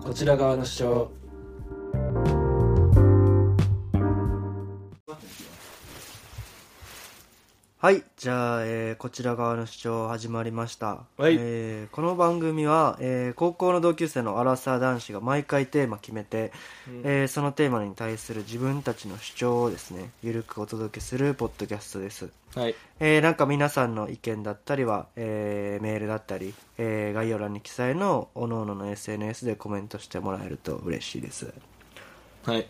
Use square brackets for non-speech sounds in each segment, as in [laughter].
こちら側の主張はい、じゃあ、えーこちら側の主張始まりました。はいえーこの番組は、えー高校の同級生のアラサー男子が毎回テーマ決めて、えーそのテーマに対する自分たちの主張をですね、ゆるくお届けするポッドキャストです。はいえーなんか皆さんの意見だったりは、えーメールだったり、えー概要欄に記載の各々の SNS でコメントしてもらえると嬉しいです。はい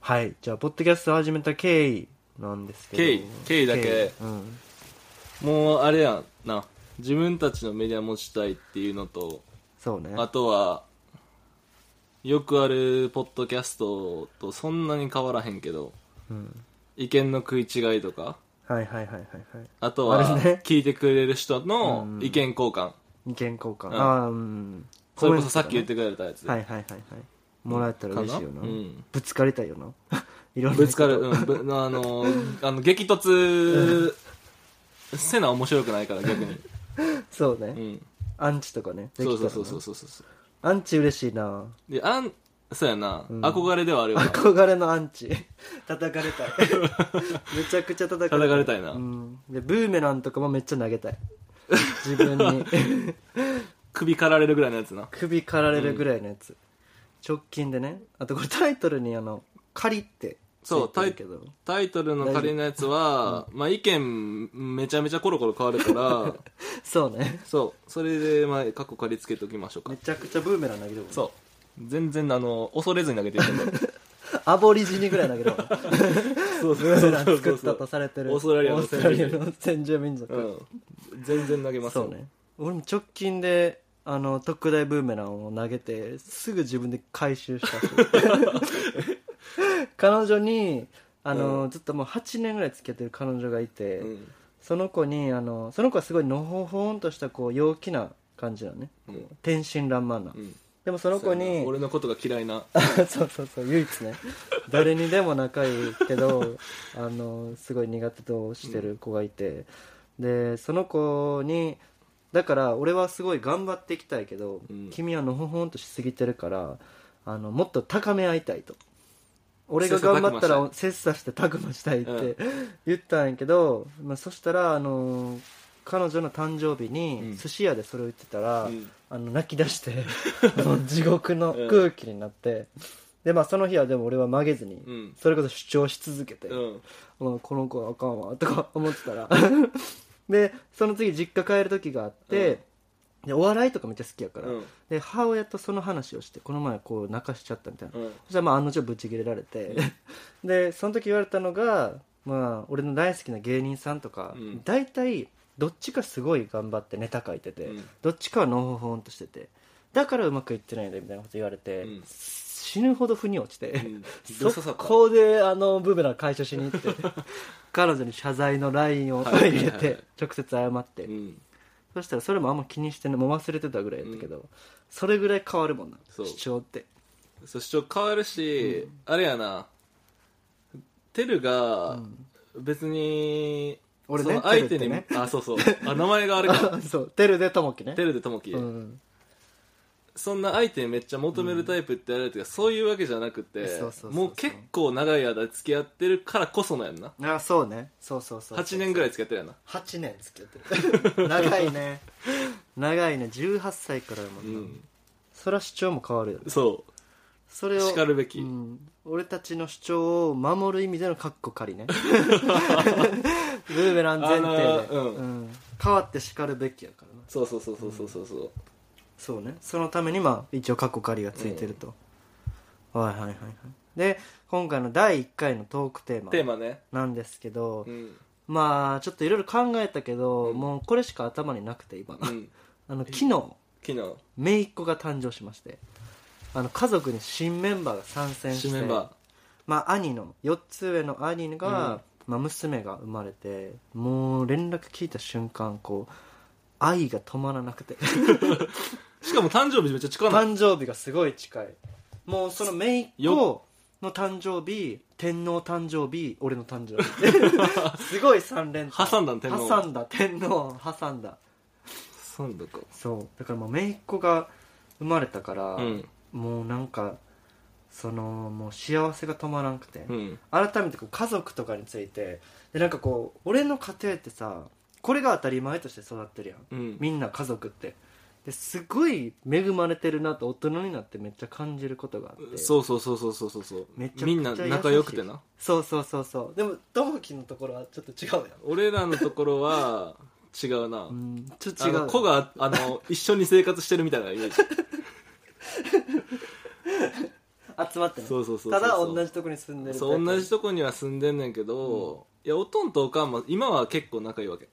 はい、じゃあ、ポッドキャストを始めた経緯なんですけど。経緯経緯だけ緯うん。もうあれやな自分たちのメディア持ちたいっていうのとそうね。あとはよくあるポッドキャストとそんなに変わらへんけどうん。意見の食い違いとかはいはいはいはいはい。あとあはれね聞いてくれる人の意見交換意見交換。んああ、うん。それこそさっき言っコてくれたやつメントとかね。はいはいはいはい。もらえたらか嬉なしういよな。んぶつかりたいよな。 [laughs] いろんな人とぶつかる、。うん、ぶ [laughs] あのあの激突せな面白くないから逆に、そううね。 [laughs] ん、アンチとかね。できそたうらそうなそうそうそうそうアンチ嬉しいな。であんそうやな、ん憧れではあるよな憧れのアンチ。叩かれたい。 [laughs] めちゃくちゃ叩かれたい。叩かれたいなうん。で、ブーメランとかもめっちゃ投げたい。自分 [laughs] に。首刈られるぐらいのやつな首刈られるぐらいのやつ、直近でねあとこれタイトルにあの「狩り」ってつそういてるけどタイトルの仮のやつは、まあ意見めちゃめちゃコロコロ変わるから [laughs] そうねそうそれでまあ過去借り付けておきましょうかめちゃくちゃブーメラン投げてるそう全然あの恐れずに投げてるんでアボリジニぐらい投げてるブ [laughs] そうーメラン作ったとされてるオーストラリアのオーストラリアの先住民族、うん、全然投げますよそうね俺も直近であの特大ブーメランを投げてすぐ自分で回 [laughs] 収したし彼女にあの、ずっともう8年ぐらい付き合ってる彼女がいて、うんその子にあのその子はすごいのほほんとしたこう陽気な感じなのね、うん天真爛漫な、うんでもその子に俺のことが嫌いな [laughs] そうそうそう唯一ね誰にでも仲いいけど [laughs] あのすごい苦手としてる子がいて、でその子にだから俺はすごい頑張っていきたいけど、うん君はのほほんとしすぎてるからあのもっと高め合いたいと俺が頑張ったら切磋してたくましたいって、うん言ったんやけど、まあ、そしたらあのー彼女の誕生日うんに寿司屋でそれを言ってたら、うんあの泣き出して [laughs] もう地獄のうん空気になって、でまあその日はでも俺は曲げずに、うんそれこそ主張し続けて、うんもうこの子はあかんわとか思って [laughs] たらでその次実家帰る時があって、でお笑いとかめっちゃ好きやから、うんで母親とその話をしてこの前こう泣かしちゃったみたいな、うんそしたらまあ案の定ぶち切れられて、でその時言われたのが、まあ、俺の大好きな芸人さんとか、うん大体どっちかすごい頑張ってネタ書いてて、うんどっちかはのほほんとしててだからうまくいってないんだみたいなこと言われて、うん死ぬほど腑に落ちて、んどう刺さそったこであのブーメラン解消しに行って [laughs] 彼女に謝罪のラインをはいはい入はいれて直接謝って、うんそしたらそれもあんま気にしてないもう忘れてたぐらいだったけど、それぐらい変わるもんなそう主張ってそう主張変わるし、あれやなテルが別に、俺そねの相手テルに、ってあそうそうあ名前があれ [laughs] かそうテルでともきねテルでともきうん、そんな相手にめっちゃ求めるタイプってあれだけど、そういうわけじゃなくてそうそうそうそうもう結構長い間付き合ってるからこそのやんなあそうねそうそうそう8年ぐららいい付き合ってるやな8年付き [laughs] 合ってる長いね長いね18歳からやもうんな、んそりゃ主張も変わるよねそそれをしかるべきうん俺たちの主張を守る意味でのカッ [laughs] コ仮ねブーメラン前提で、あのーううん変わってしかるべきやからなうそうそうそうそうそうそうそうそうねそのためにまあ一応カッコ仮がついてると、はいはいはいはいで今回の第1回のトークテーマテーマねなんですけど、うんまあちょっといろいろ考えたけど、うんもうこれしか頭になくて今、うんあの昨日 [laughs] 昨日姪っ子が誕生しましてあの家族に新メンバーが参戦して新メンバまあ兄の4つ上の兄うんが、まあ、娘が生まれてもう連絡聞いた瞬間こう愛が止まら [laughs] なくてーしかも誕生日めっちゃ近ない誕生日がすごい近いもうその姪っ子の誕生日天皇誕生日俺の誕生 [laughs] 日 [laughs] すごい3連単挟んだん天皇挟んだ天皇挟んだそうなんだかそうだからもう姪っ子が生まれたから、うんもうなんかそのもう幸せが止まらんくて、うん改めてこう家族とかについてでなんかこう俺の家庭ってさこれが当たり前として育ってるやんうんみんな家族ってですごい恵まれてるなと大人になってめっちゃ感じることがあってそうそうそうそうそうそうそうめちゃくちゃみんな仲良くてなそうそうそうそうでも友樹のところはちょっと違うやん俺らのところは違うな、うんちょっとあ違のう子があの一緒に生活してるみたいなイメージ集まってねそうそうそうそうただ同じとこに住んでるそう同じとこには住んでんねんけど、いやおとんとおかんも今は結構仲いいわけ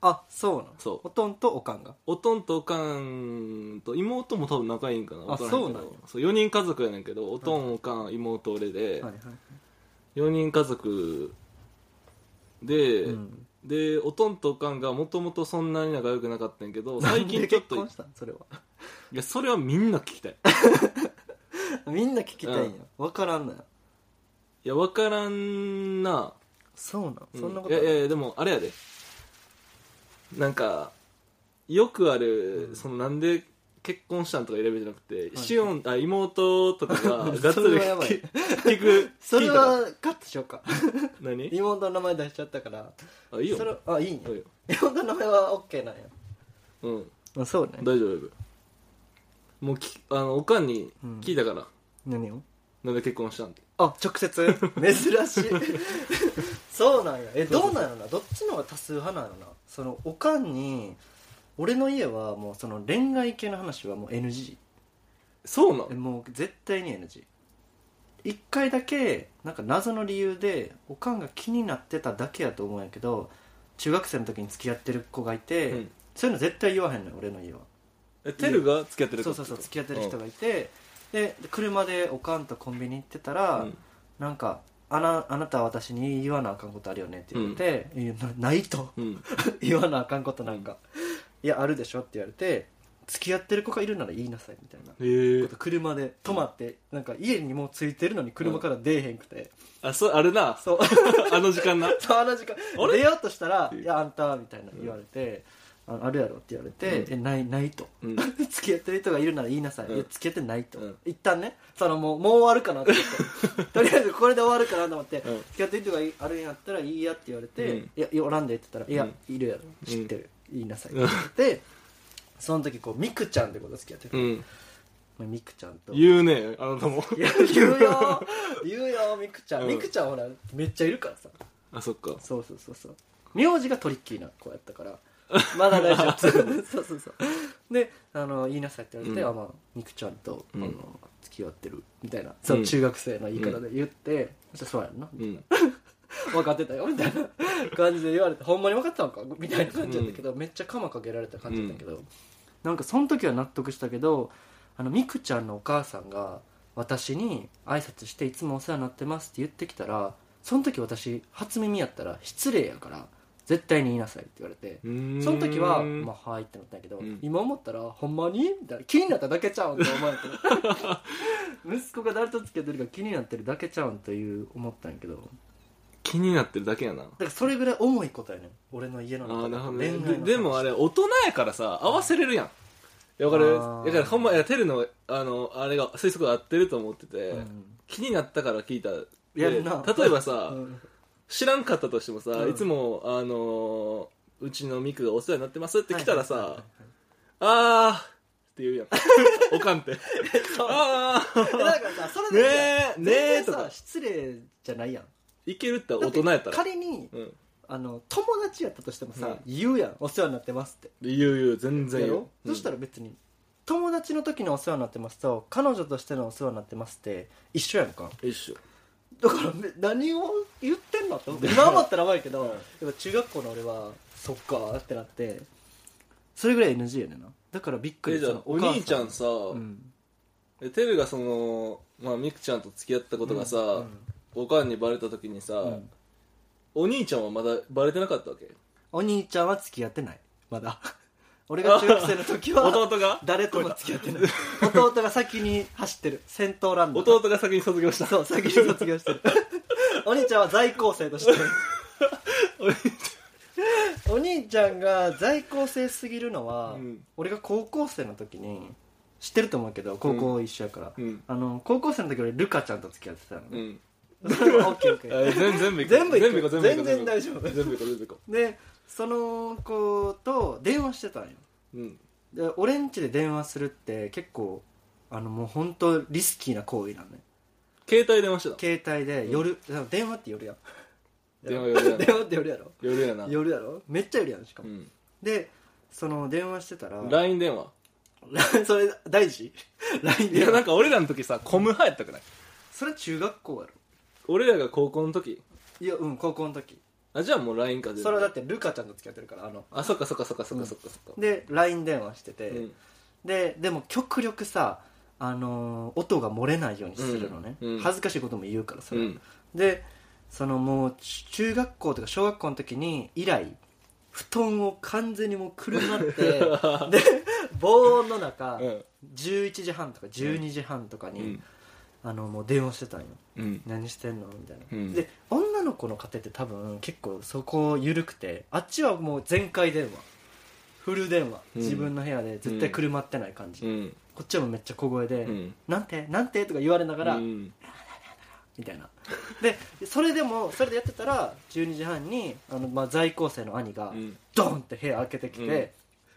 あそうなんそうおとんとおかんがおとんとおかんと妹も多分仲いいんかなあわからけどそうなんやそう4人家族やねんけどおとんおかん妹俺で、はいはい4人家族で、うんでおとんとおかんがもともとそんなに仲良くなかったんやけど最なん近でちょっ結とい婚したんそれはやそれはみんな聞きたいみんな聞きたいんや分からんのやいや分からんなそうなんうそんなことあいるやいやでもあれやでなんかよくある、そのなんで結婚したんとかいうレベルじゃなくて、シオンあ妹とか [laughs] ががっつそれりはやばい聞聞くそ聞いれたらはカットしようか何妹の名前出しちゃったからあいいよそれあいいねいいよ妹の名前は OK なんやうんあそうね大丈夫もうきあのおかんに聞いたから、何をなんで結婚したんってあ直接珍 [laughs] しいそうなんやえどうなんやろなどっちの方が多数派なんやろなそのおかんに俺の家はもうその恋愛系の話はもう NG そうなえんもう絶対に NG 一回だけなんか謎の理由でおかんが気になってただけやと思うんやけど中学生の時に付き合ってる子がいて、うんそういうの絶対言わへんのよ俺の家はえテルが付き合ってるそうそうそう付き合ってる人がいて、で車でおかんとコンビニ行ってたうら、んなんかあな「あなたは私に言わなあかんことあるよね」って言って「いやなないと [laughs] うん言わなあかんことなんか、いやあるでしょ」って言われて「付き合ってる子がいるなら言いなさい」みたいな。へえこと車で泊まって、なんか家にもう着いてるのに車から出えへんくて、あそうあれなそう [laughs] [laughs] あの時間なその時間あれ出ようとしたら「ていういやあんた」みたいな言われて「ああるやろ」って言われて「うんえないない」とうん [laughs] 付き合ってる人がいるなら言いなさい、うんいや付き合ってないと、うん一旦ねそのもうもう終わるかなと思っ [laughs] てとりあえずこれで終わるかなと思って、うん付き合ってる人がいあるんやったらいいやって言われて「うんいやいやおらんで」って言ったら「いや、いるやろ知ってる、言いなさい」って言ってその時こうミクちゃんってこと付き合っててう、んまあミクちゃんと言うねあなたもいや [laughs] 言うよ言うよみくちゃん、うんみくちゃんほらめっちゃいるからさ [laughs] あそっかそうそうそうそう名字がトリッキーな子やったからまだ大丈夫 [laughs] そうそうそうであの言いなさいって言われて、うんあまあみくちゃんと、うんあの付き合ってるみたいなそう中学生の言い方で言って、そしたらそうやんなうん分かってたよみたいな感じで言われてほんまに分かったのかみたいな感じだったけど、めっちゃ鎌かけられた感じだったけど、なんかその時は納得したけどあのみくちゃんのお母さんが私に挨拶していつもお世話になってますって言ってきたらその時私初耳やったら失礼やから絶対に言いなさいって言われてうーん [laughs] その時は「まあはい」ってなったんやけど、うん今思ったら「ほんまに?」みたいな気になっただけちゃうんと思うんやけど [laughs] 息子が誰と付き合ってるか気になってるだけちゃうんという思ったんやけど気になってるだけやなだからそれぐらい重いことやねん俺の家のあー中でなるほど恋ね愛ので話でもあれ大人やからさ合わせれるやんいやわかるあーだからほんまいやテルのあのあれが推測が合ってると思ってて、うん気になったから聞いたでやるな例えばさ、うん知らんかったとしてもさ、うんいつもあのーうちのミクがお世話になってますって来たらさ、はいはいはいあーって言うや [laughs] んおかんってそうあえだからさそ [laughs] ーねれえねでさえ全然とさか失礼じゃないやんいけるって大人やっただらって仮にうんあの友達やったとしてもさ、うん言うやんお世話になってますって言う言う全然や言うろ、うんそしたら別に友達の時のお世話になってますと彼女としてのお世話になってますって一緒やんか一緒だからめ何を言ってんのって [laughs] 思って今思ったらやばいけど、うんやっぱ中学校の俺はそっかーってなってそれぐらい NG やねんなだからびっくえりしじたゃあお兄ちゃんさ、うんえテルがその、まあ、ミクちゃんと付き合ったことがさ、うんおかんにバレた時にさ、うんお兄ちゃんはまだバレてなかった [laughs] わけお兄ちゃんは付き合ってない [laughs] まだ俺が中学生の時は弟が誰とも付き合ってない弟が先に走ってる先頭ランナー弟が先に卒業したそう先に卒 [laughs] 業してるお兄ちゃんは在校生としてお兄お兄ちゃんが在校生すぎるのは、うん俺が高校生の時に知ってると思うけど高校一緒やから、うんあの高校生の時俺ルカちゃんと付き合ってたのうね、んオッケーオ [laughs] ッケーあ全全部いこう全部いこ全う部いこう全部いこう全然大丈夫全部いこう全部いこでその子と電話してたんよううんで俺ん家で電話するって結構あのもう本当リスキーな行為なのね携帯電話してた携帯で夜、でも電話って夜やん電話夜やな電話って夜やろ夜やな夜やろめっちゃ夜やんしかうも、んでその電話してたら LINE 電話 [laughs] それ大事 LINE いやな電ん話か俺らの時さコム派やったくないそれ中学校やろ俺らが高校の時いやうん高校の時あじゃあもう LINE か全部それはだってルカちゃんと付き合ってるからあのあそっかそっかそっかそっかそっかそっかで LINE 電話してて、うんででも極力さ、あのー音が漏れないようにするのね、うんうん恥ずかしいことも言うからそれ、うんでそのもうち中学校とか小学校の時に以来布団を完全にもうくるまってで [laughs] 防音の中、うん11時半とか12時半とかに、うんあのもう電話してたんようん何してんのみたいな、うんで女の子の家庭って多分結構そこ緩くてあっちはもう全開電話フル電話、うん自分の部屋で絶対くるまってない感じ、うんこっちもめっちゃ小声で「うんなんてなんて?」とか言われながら、うんみたいなでそれでもそれでやってたら12時半にあの、まあ、在校生の兄が、うんドンって部屋開けてきて、うん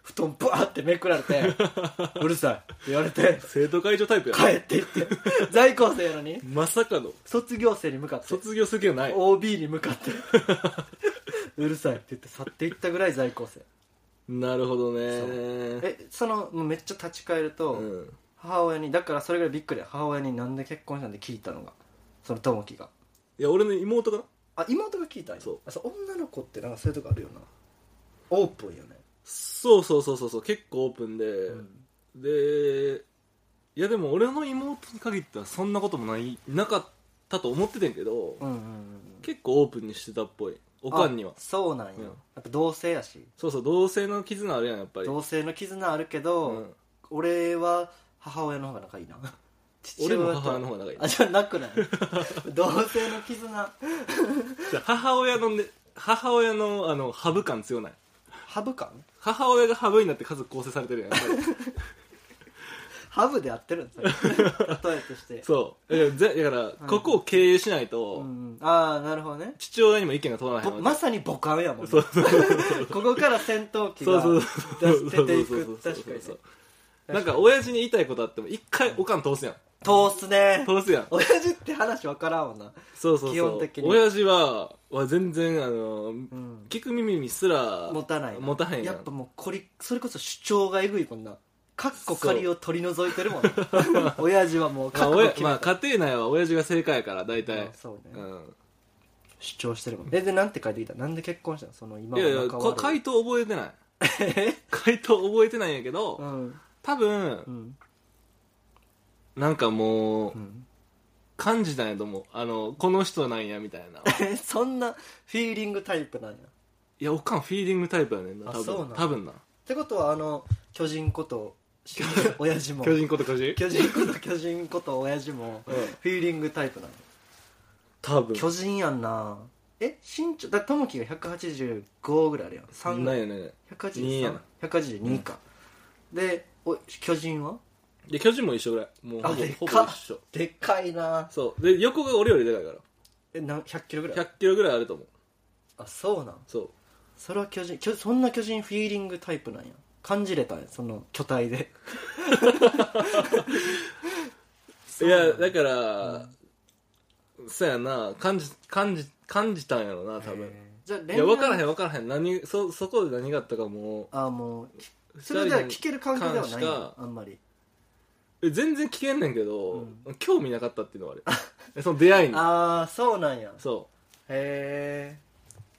布団バーってめくら [laughs] れて「うるさい」って言われて生徒会長タイプや帰なっていって在校生やのにまさかの卒業生に向かって卒業する気はない OB に向かって [laughs] うるさいって言って去っていったぐらい在校生なるほどねそうえそのもうめっちゃ立ち返ると、うん母親にだからそれぐらいびっくり母親になんで結婚したんで聞いたのがその友樹がいや俺の妹かなあ妹が聞いたんやそうあそう女の子ってなんかそういうとこあるよなオープンよねそうそうそうそうそう結構オープンで、んでいやでも俺の妹に限ってはそんなこともないなかったと思っててんけど、うんうんうん結構オープンにしてたっぽいおかんにはあそうなんや、うんやっぱ同性やしそうそう同性の絆あるやんやっぱり同性の絆あるけど、うん俺は母親の方が仲いいな [laughs] 父俺親とも母親の方が仲いいあじゃあなくない [laughs] 同性の絆じゃあ母親のね母親のあのハブ感強ないハブ感母親がハブになって家族構成されてるやんやっぱりハブでやってる [laughs] んですよ例えとしてそうだからぜだからここを経営しないと、うん、ああなるほどね父親にも意見が通らないぼまさに母艦やもん、ね、そう [laughs] ここから戦闘機そうがそうそう出ていくそう確かにねなんか親父に言いたいことあっても一回おかん通すやん通すね通すやん親父って話分からんもんなそうそうそう基本的に親父はは全然あの、ん聞く耳にすら持たない持たへんややんっぱもうこれそれこそ主張がえぐいもんなカッコ仮を取り除いてるもんな [laughs] 親父はもうまカあ、ッコ親決まめあた家庭内は親父が正解やから大体うんそうねん主張してるもんえでなんて書いてきたなんで結婚したのその今いのやいや仲悪こ回答覚えてない [laughs] 回答覚えてないんやけど、 [laughs] うん多分うんなんかもう、うん感じたんやと思うあのこの人なんやみたい [laughs] なえそんなフィーリングタイプなんやっいやおかんフィーリングタイプやねんなあ多そうな分ん多分なてことはあの巨人ことし親父も巨人こと巨人巨人こと巨人こと親父もうんフィーリングタイプなの多分巨人やんなえ身長だ友樹が185ぐらいあるやん3ないよね二やな182か、でお巨人はで巨人も一緒ぐらいもうあほぼでっほぼか一緒でっかいなそうで横が俺よりでかいかえな100キロぐららい100キロぐらいあると思うあそうなんそそれは巨人巨そんな巨人フィーリングタイプなんや感じれたんやその巨体でう [laughs] そいうなんやだから、そやな感じ感じ感じたんやろな多分へーじゃあいや分からへんん分からへん何そそこで何があったかもあもううそれでは聞ける環境ではないん二人にや関しあんまりえ全然聞けんねんけど、う興味なかったっていうのはあれ [laughs] その出会いにああそうなんやそへえ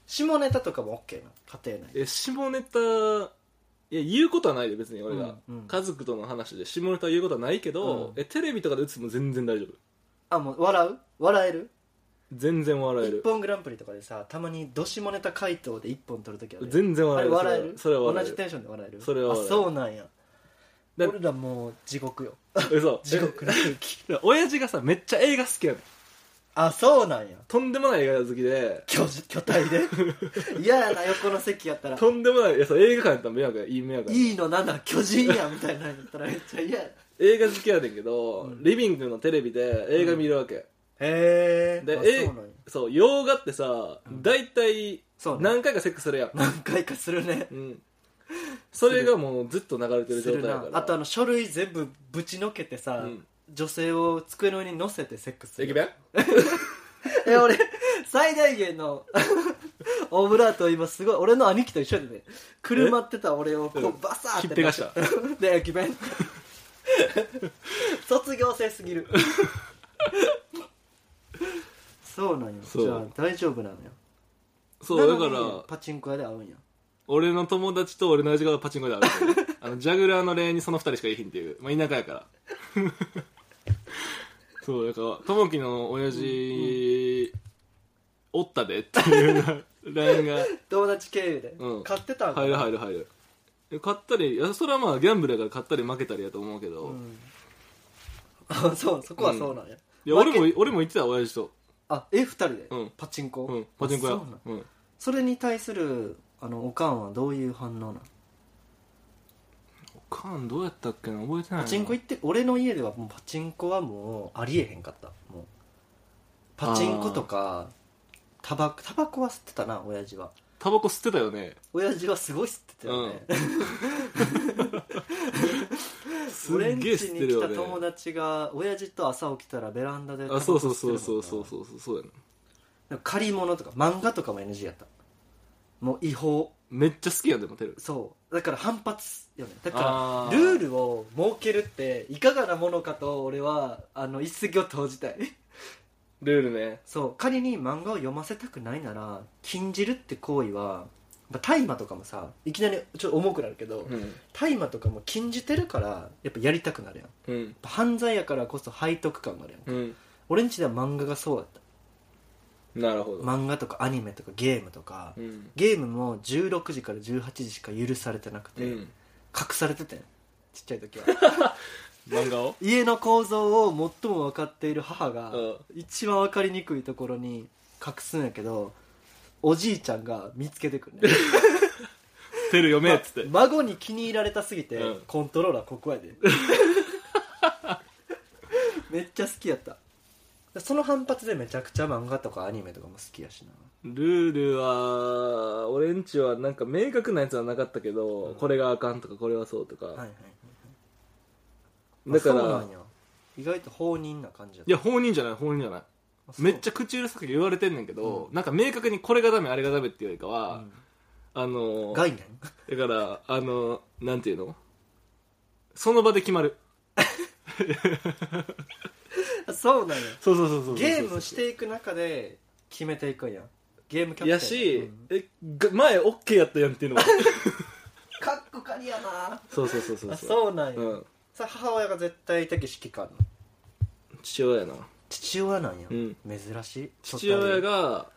下ネタとかも OK な家庭う内え下ネタいや言うことはないで別に俺が、うんうん家族との話で下ネタ言うことはないけど、うんえテレビとかで打つも全然大丈夫あもう笑う笑える全然笑え一る本グランプリとかでさたまにど下ネタ回答で一本取るときあるやん全然あ笑れえる笑えるそれは笑え同じるテンションで笑えるそれは笑えあるそうなんやだ俺らもう地獄よ嘘地獄の空気え親父がさめっちゃ映画好きやねんあそうなんやとんでもない映画好きで巨人巨体で嫌やな横の席やったらとんでもないいやそう映画館やったら迷惑やいい迷惑やいいのなんだ巨人やみたいなのやったらめっちゃ嫌や映画好きやねんけど、うんリビングのテレビで映画見るわけ、へえで、あえそうなんやそう洋画ってさうん大体そうね何回かセックスするやん、何回かするねうん、それがもうずっと流れてるす状る態やかならあとあの書類全部ぶちのけてさ、うん女性を机の上に乗せてセックスす駅る弁え俺最大限の [laughs] オブラートを今すごい俺の兄貴と一緒でね車ってた俺をこううんバサーってひっぺがしたた [laughs] で駅弁卒業生すぎる [laughs] そうなんよそうじゃあ大丈夫なのよそうなだかのにらパチンコ屋で会うんや俺の友達と俺の味がパチンコであるあのジャグラーの例にその二人しかいひんっていう、まあ、田舎やから [laughs] そうだから友樹の親父、おったでっていう [laughs] LINE が友達経由で、うん買ってたんか入る入る入るえ買ったりいやそれはまあギャンブルやから買ったり負けたりやと思うけど、うんあそうそこはそうなんや、いや俺も俺も言ってた親父と、あえ二人で、うんパチンコ、うん、パチンコあ屋そうなんう、ん、それに対するあのおかんはどういう反応なのおかんどうやったっけな覚えてないなパチンコ行って俺の家ではもうパチンコはもうありえへんかったもうパチンコとかタバコタバコは吸ってたな親父はタバコ吸ってたよね親父はすごい吸ってたよね、 [laughs] すっ俺んげえ家吸ってにる来よたね友達が親父と朝起きたらベランダでタバあコ吸そっうてるそもうんそうなそうそうそうそうそうやなでも借り物とか漫画とかも NG やったもう違法めっちゃ好きやんでもテルそうだから反発よねだあからールールを設けるっていかがなものかと俺はあの一石を投じたい [laughs] ルールねそう仮に漫画を読ませたくないなら禁じるって行為はやっぱ大麻とかもさいきなりちょっと重くなるけどうん、大麻とかも禁じてるからやっぱやりたくなるやんやっうんぱ犯罪やからこそ背徳感があるやんうん、俺んちでは漫画がそうだったなるほど、漫画とかアニメとかゲームとかうんゲームも16時から18時しか許されてなくて、う隠ん、されててちっちゃい時は漫画を家の構造を最も分かっている母がうん一番分かりにくいところに隠すんやけどおじいちゃんが見つけて [laughs] くるねテル読めっつって孫に気に入られたすぎて、うんコントローラーここ [laughs] やでめっちゃ好きやったその反発でめちゃくちゃ漫画とかアニメとかも好きやしなルールは俺んちはなんか明確なやつはなかったけど、うんこれがあかんとかこれはそうとか、はいはいはいだからあそうなんや意外と放任な感じやっいたや放任じゃない放任じゃないめっちゃゃ口うるさく言われてんねんけど、うなんか明確にこれがダメあれがダメっていうよりかは、あの概念 [laughs] だからあのなんていうのその場で決まるそうなんやそうそうそうそうゲームしていく中で決めていくんやゲームキャプテンやし、うんえが前オッケーやったやんっていうのもかっこかりやな [laughs] そうそうそうそうあそうなんや、うんさ母親が絶対的指揮官の父親やな父親なんや、うん珍しい父親が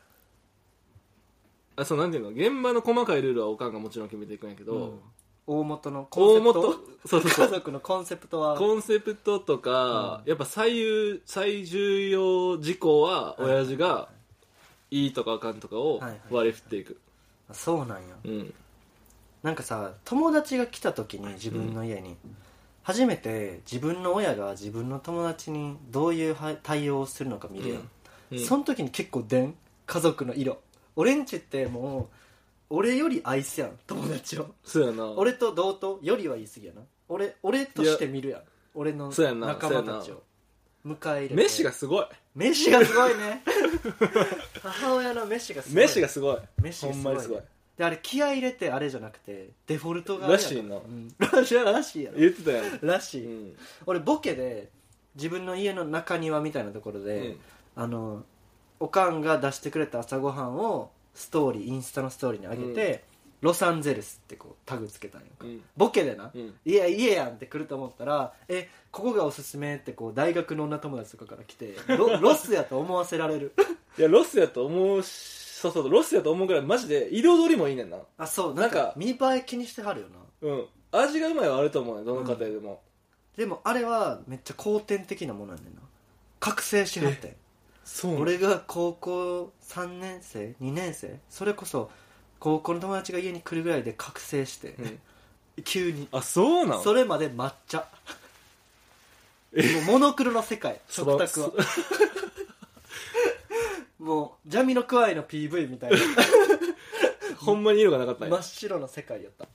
あそうなんていうの現場の細かいルールはおかんがもちろん決めていくんやけど、うん大元の大コンセプト元そうそうそ家う族のコンセプトはコンセプトとか、うんやっぱ最優最重要事項は親父がいいとかあかんとかをはいはい割り振っていく、あそうなんやうんなんかさ友達が来た時に自分の家に、初めて自分の親が自分の友達にどういうは対応をするのか見るやん、うんその時に結構でん家族の色俺んちってもう俺より愛すやん友達をそうやな俺と同等よりは言い過ぎやな俺俺として見るやん俺のそうやな仲間たそうちやを迎え入れて飯がすごい飯がすごいね [laughs] 母親の飯がすごい飯がすごい飯ほがんまにすすごごいいであれ気合い入れてあれじゃなくてデフォルトがあらるやんしいなうん、 [laughs] らしいらしいやろ言ってたやん、らしい、うん俺ボケで自分の家の中庭みたいなところうで、んあのおかんが出してくれた朝ごはんをストーリーインスタのストーリーに上げて、ロサンゼルスってこうタグつけたんやんか、うんボケでな、うんいや家やんって来ると思ったら「えここがおすすめ」ってこう大学の女友達とかから来て [laughs] ロロスやと思わせられるいやロスやと思うしそうそうロスやと思うぐらいマジで彩りもいいねんなあそうなんなんかか見栄え気にしてはるよなうん味がうまいはあると思うねどの家庭でも、でもあれはめっちゃ後天的なものやねんな覚醒しはってんそう俺が高校3年生2年生それこそ高校の友達が家に来るぐらいで覚醒して、うん急にあそうなのそれまで抹茶もうモノクロの [laughs] 世界そ食ば卓は [laughs] もうジャミロクワイの PV みたい [laughs] ほんまに色がなかったなん真やっ白の世界やった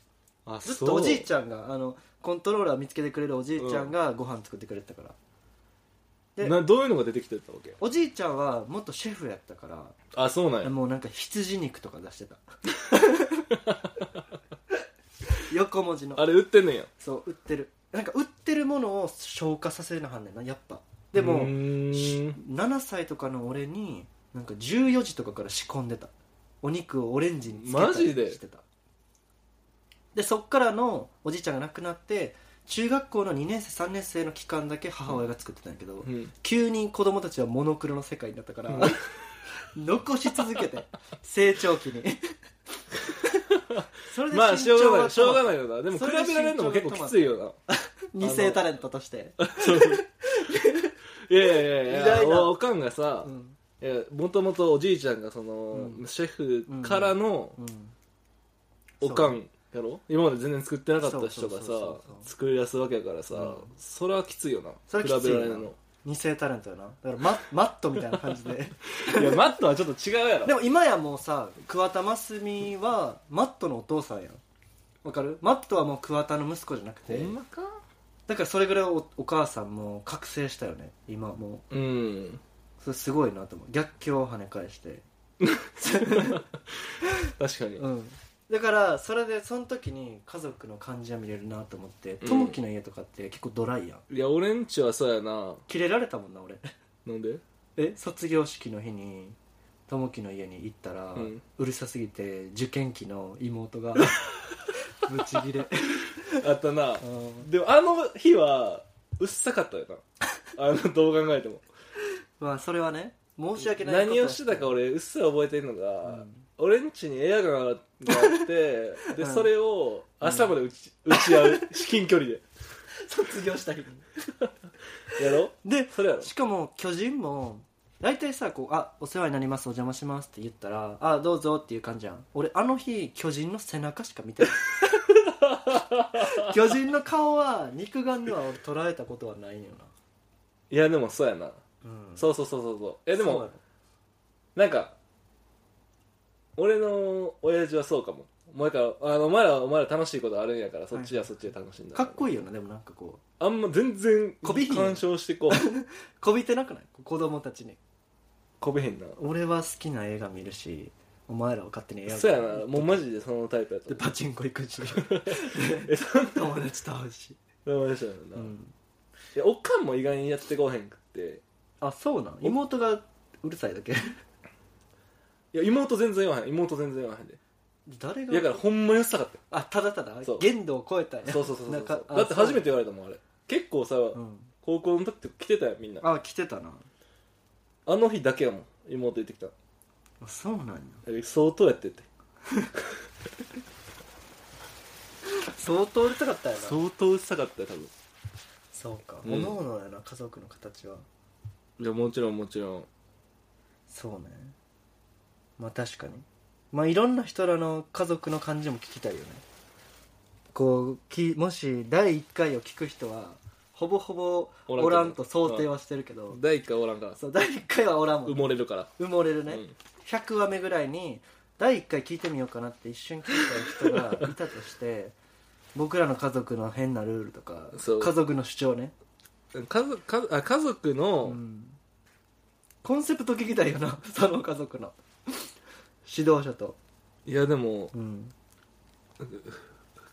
あずっそとうおじいちゃんがあのコントローラー見つけてくれるおじいちゃんがご飯作ってくれてたから、でなどういうのが出てきてたわけおじいちゃんは元シェフやったからあそうなんやもうなんか羊肉とか出してた [laughs] 横文字のあれ売ってんねんやそう売ってるなんか売ってるものを消化させなはんねんなやっぱでもうーん7歳とかの俺になんか14時とかから仕込んでたお肉をオレンジにつけたマジでりしてたでそっからのおじいちゃんが亡くなって中学校の2年生3年生の期間だけ母親が作ってたんやけど、うん急に子供たちはモノクロの世界になったから、 [laughs] 残し続けて成長期 [laughs] にそれでまあ身し長ょうがなはいしょうがいないよなでも比そべれでられるのも結構きついよ二世タレントとして、なそうそういやいやいや [laughs] いや偉大なおおかんがさうんもともとおじいちゃんがその、うんシェフからのうんおかんやろ今まで全然作ってなかった人がさそうそうそうそう作り出すわけやからさ、うんそれはきついよなそれはき比ついべよらなれる [laughs] の二世タレントやなだからママットみたいな感じ [laughs] でいやマットはちょっと違うやろでも今やもうさ桑田真澄はマットのお父さんやんわかるマットはもう桑田の息子じゃなくほてんまかだからそれぐらいおお母さんも覚醒したよね今もう [laughs] うんそれすごいなと思う逆境を跳ね返して確かに、うんだからそれでその時に家族の感じは見れるなと思ってうん友樹の家とかって結構ドライやんいや俺んちはそうやなキレられたもんな俺なんでえ卒業式の日に友樹の家に行ったら、ううんるさすぎて受験期の妹 [laughs] がブチギレ、あったなうんでもあの日はうっさかった [laughs] よなあのどう考えてもまあそれはね申し訳ないこと何をしてたか俺うっすら覚えてるのが、うん俺んちにエアガンがあ [laughs] ってで、うんそれを朝まで打ち,、打ち合う至近距離で卒業した日にやろでそれやろしかも巨人も大体さこう「あお世話になりますお邪魔します」って言ったら「あどうぞ」っていう感じやん俺あの日巨人の背中しか見てない [laughs] 巨人の顔は肉眼では俺捉えたことはないよいやでもそうやな、な、うん、そうそうそうそうそうえでそうもなのなんか俺の親父はそうかもお前からあのお前らはお前ら楽しいことあるんやからそっちはそっちで楽しんだかっこいいいいよなでもなんかこうあんま全然こびひん干渉してこ [laughs] うこびてなくない子供たちにこびへんな俺は好きな映画見るしお前らは勝手に映画そうやなもうマジでそのタイプやとで思うパチンコ行く [laughs] しえそんな友達と会うし、友達やな、うん、いやおかんも意外にやってこうへんくってあそうなん妹がうるさいだけいや妹全然言わへん妹全然言わへんで誰がいやだからほんまにうっさかったよ [laughs] あただただそう限度を超えたんやそうそうそうそうなんかあだって初めてそ言われたもんあれ結構さ、ううん高校の時とか来てたよみんなああ来てたなの日だけやもん妹言ってきたあそうなんやえ相当やってって相当うるさかったよなそう相当うっさかったよ多分かうんおのおのやな家族の形はいやもちろんもちろんそうねまあ確かにまあいろんな人らの家族の感じも聞きたいよねこうきもし第1回を聞く人はほぼほぼおらんけどおらんと想定はしてるけど、第一回おらんからそう第1回はおらんもん埋もれるから、埋もれるね、うん100話目ぐらいに第1回聞いてみようかなって一瞬聞いた人がいたとして僕らの家族の変なルールとかそう家族の主張ね、家族家族あ家族うのんコンセプト聞きたいよな [laughs] その家族の指導者と、いやでもうん、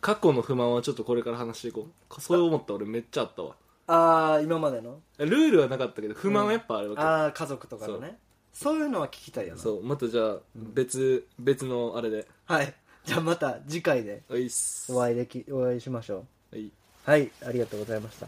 過去の不満はちょっとこれから話していこうそう思った俺めっちゃあったわああ今までのルールはなかったけど不満はやっぱあるわけ、ああ家族とかのねそういうのは聞きたいよなそうまたじゃあ別、別のあれではいじゃあまた次回でおいっすお会いできお会いしましょはい、うはいありがとうございました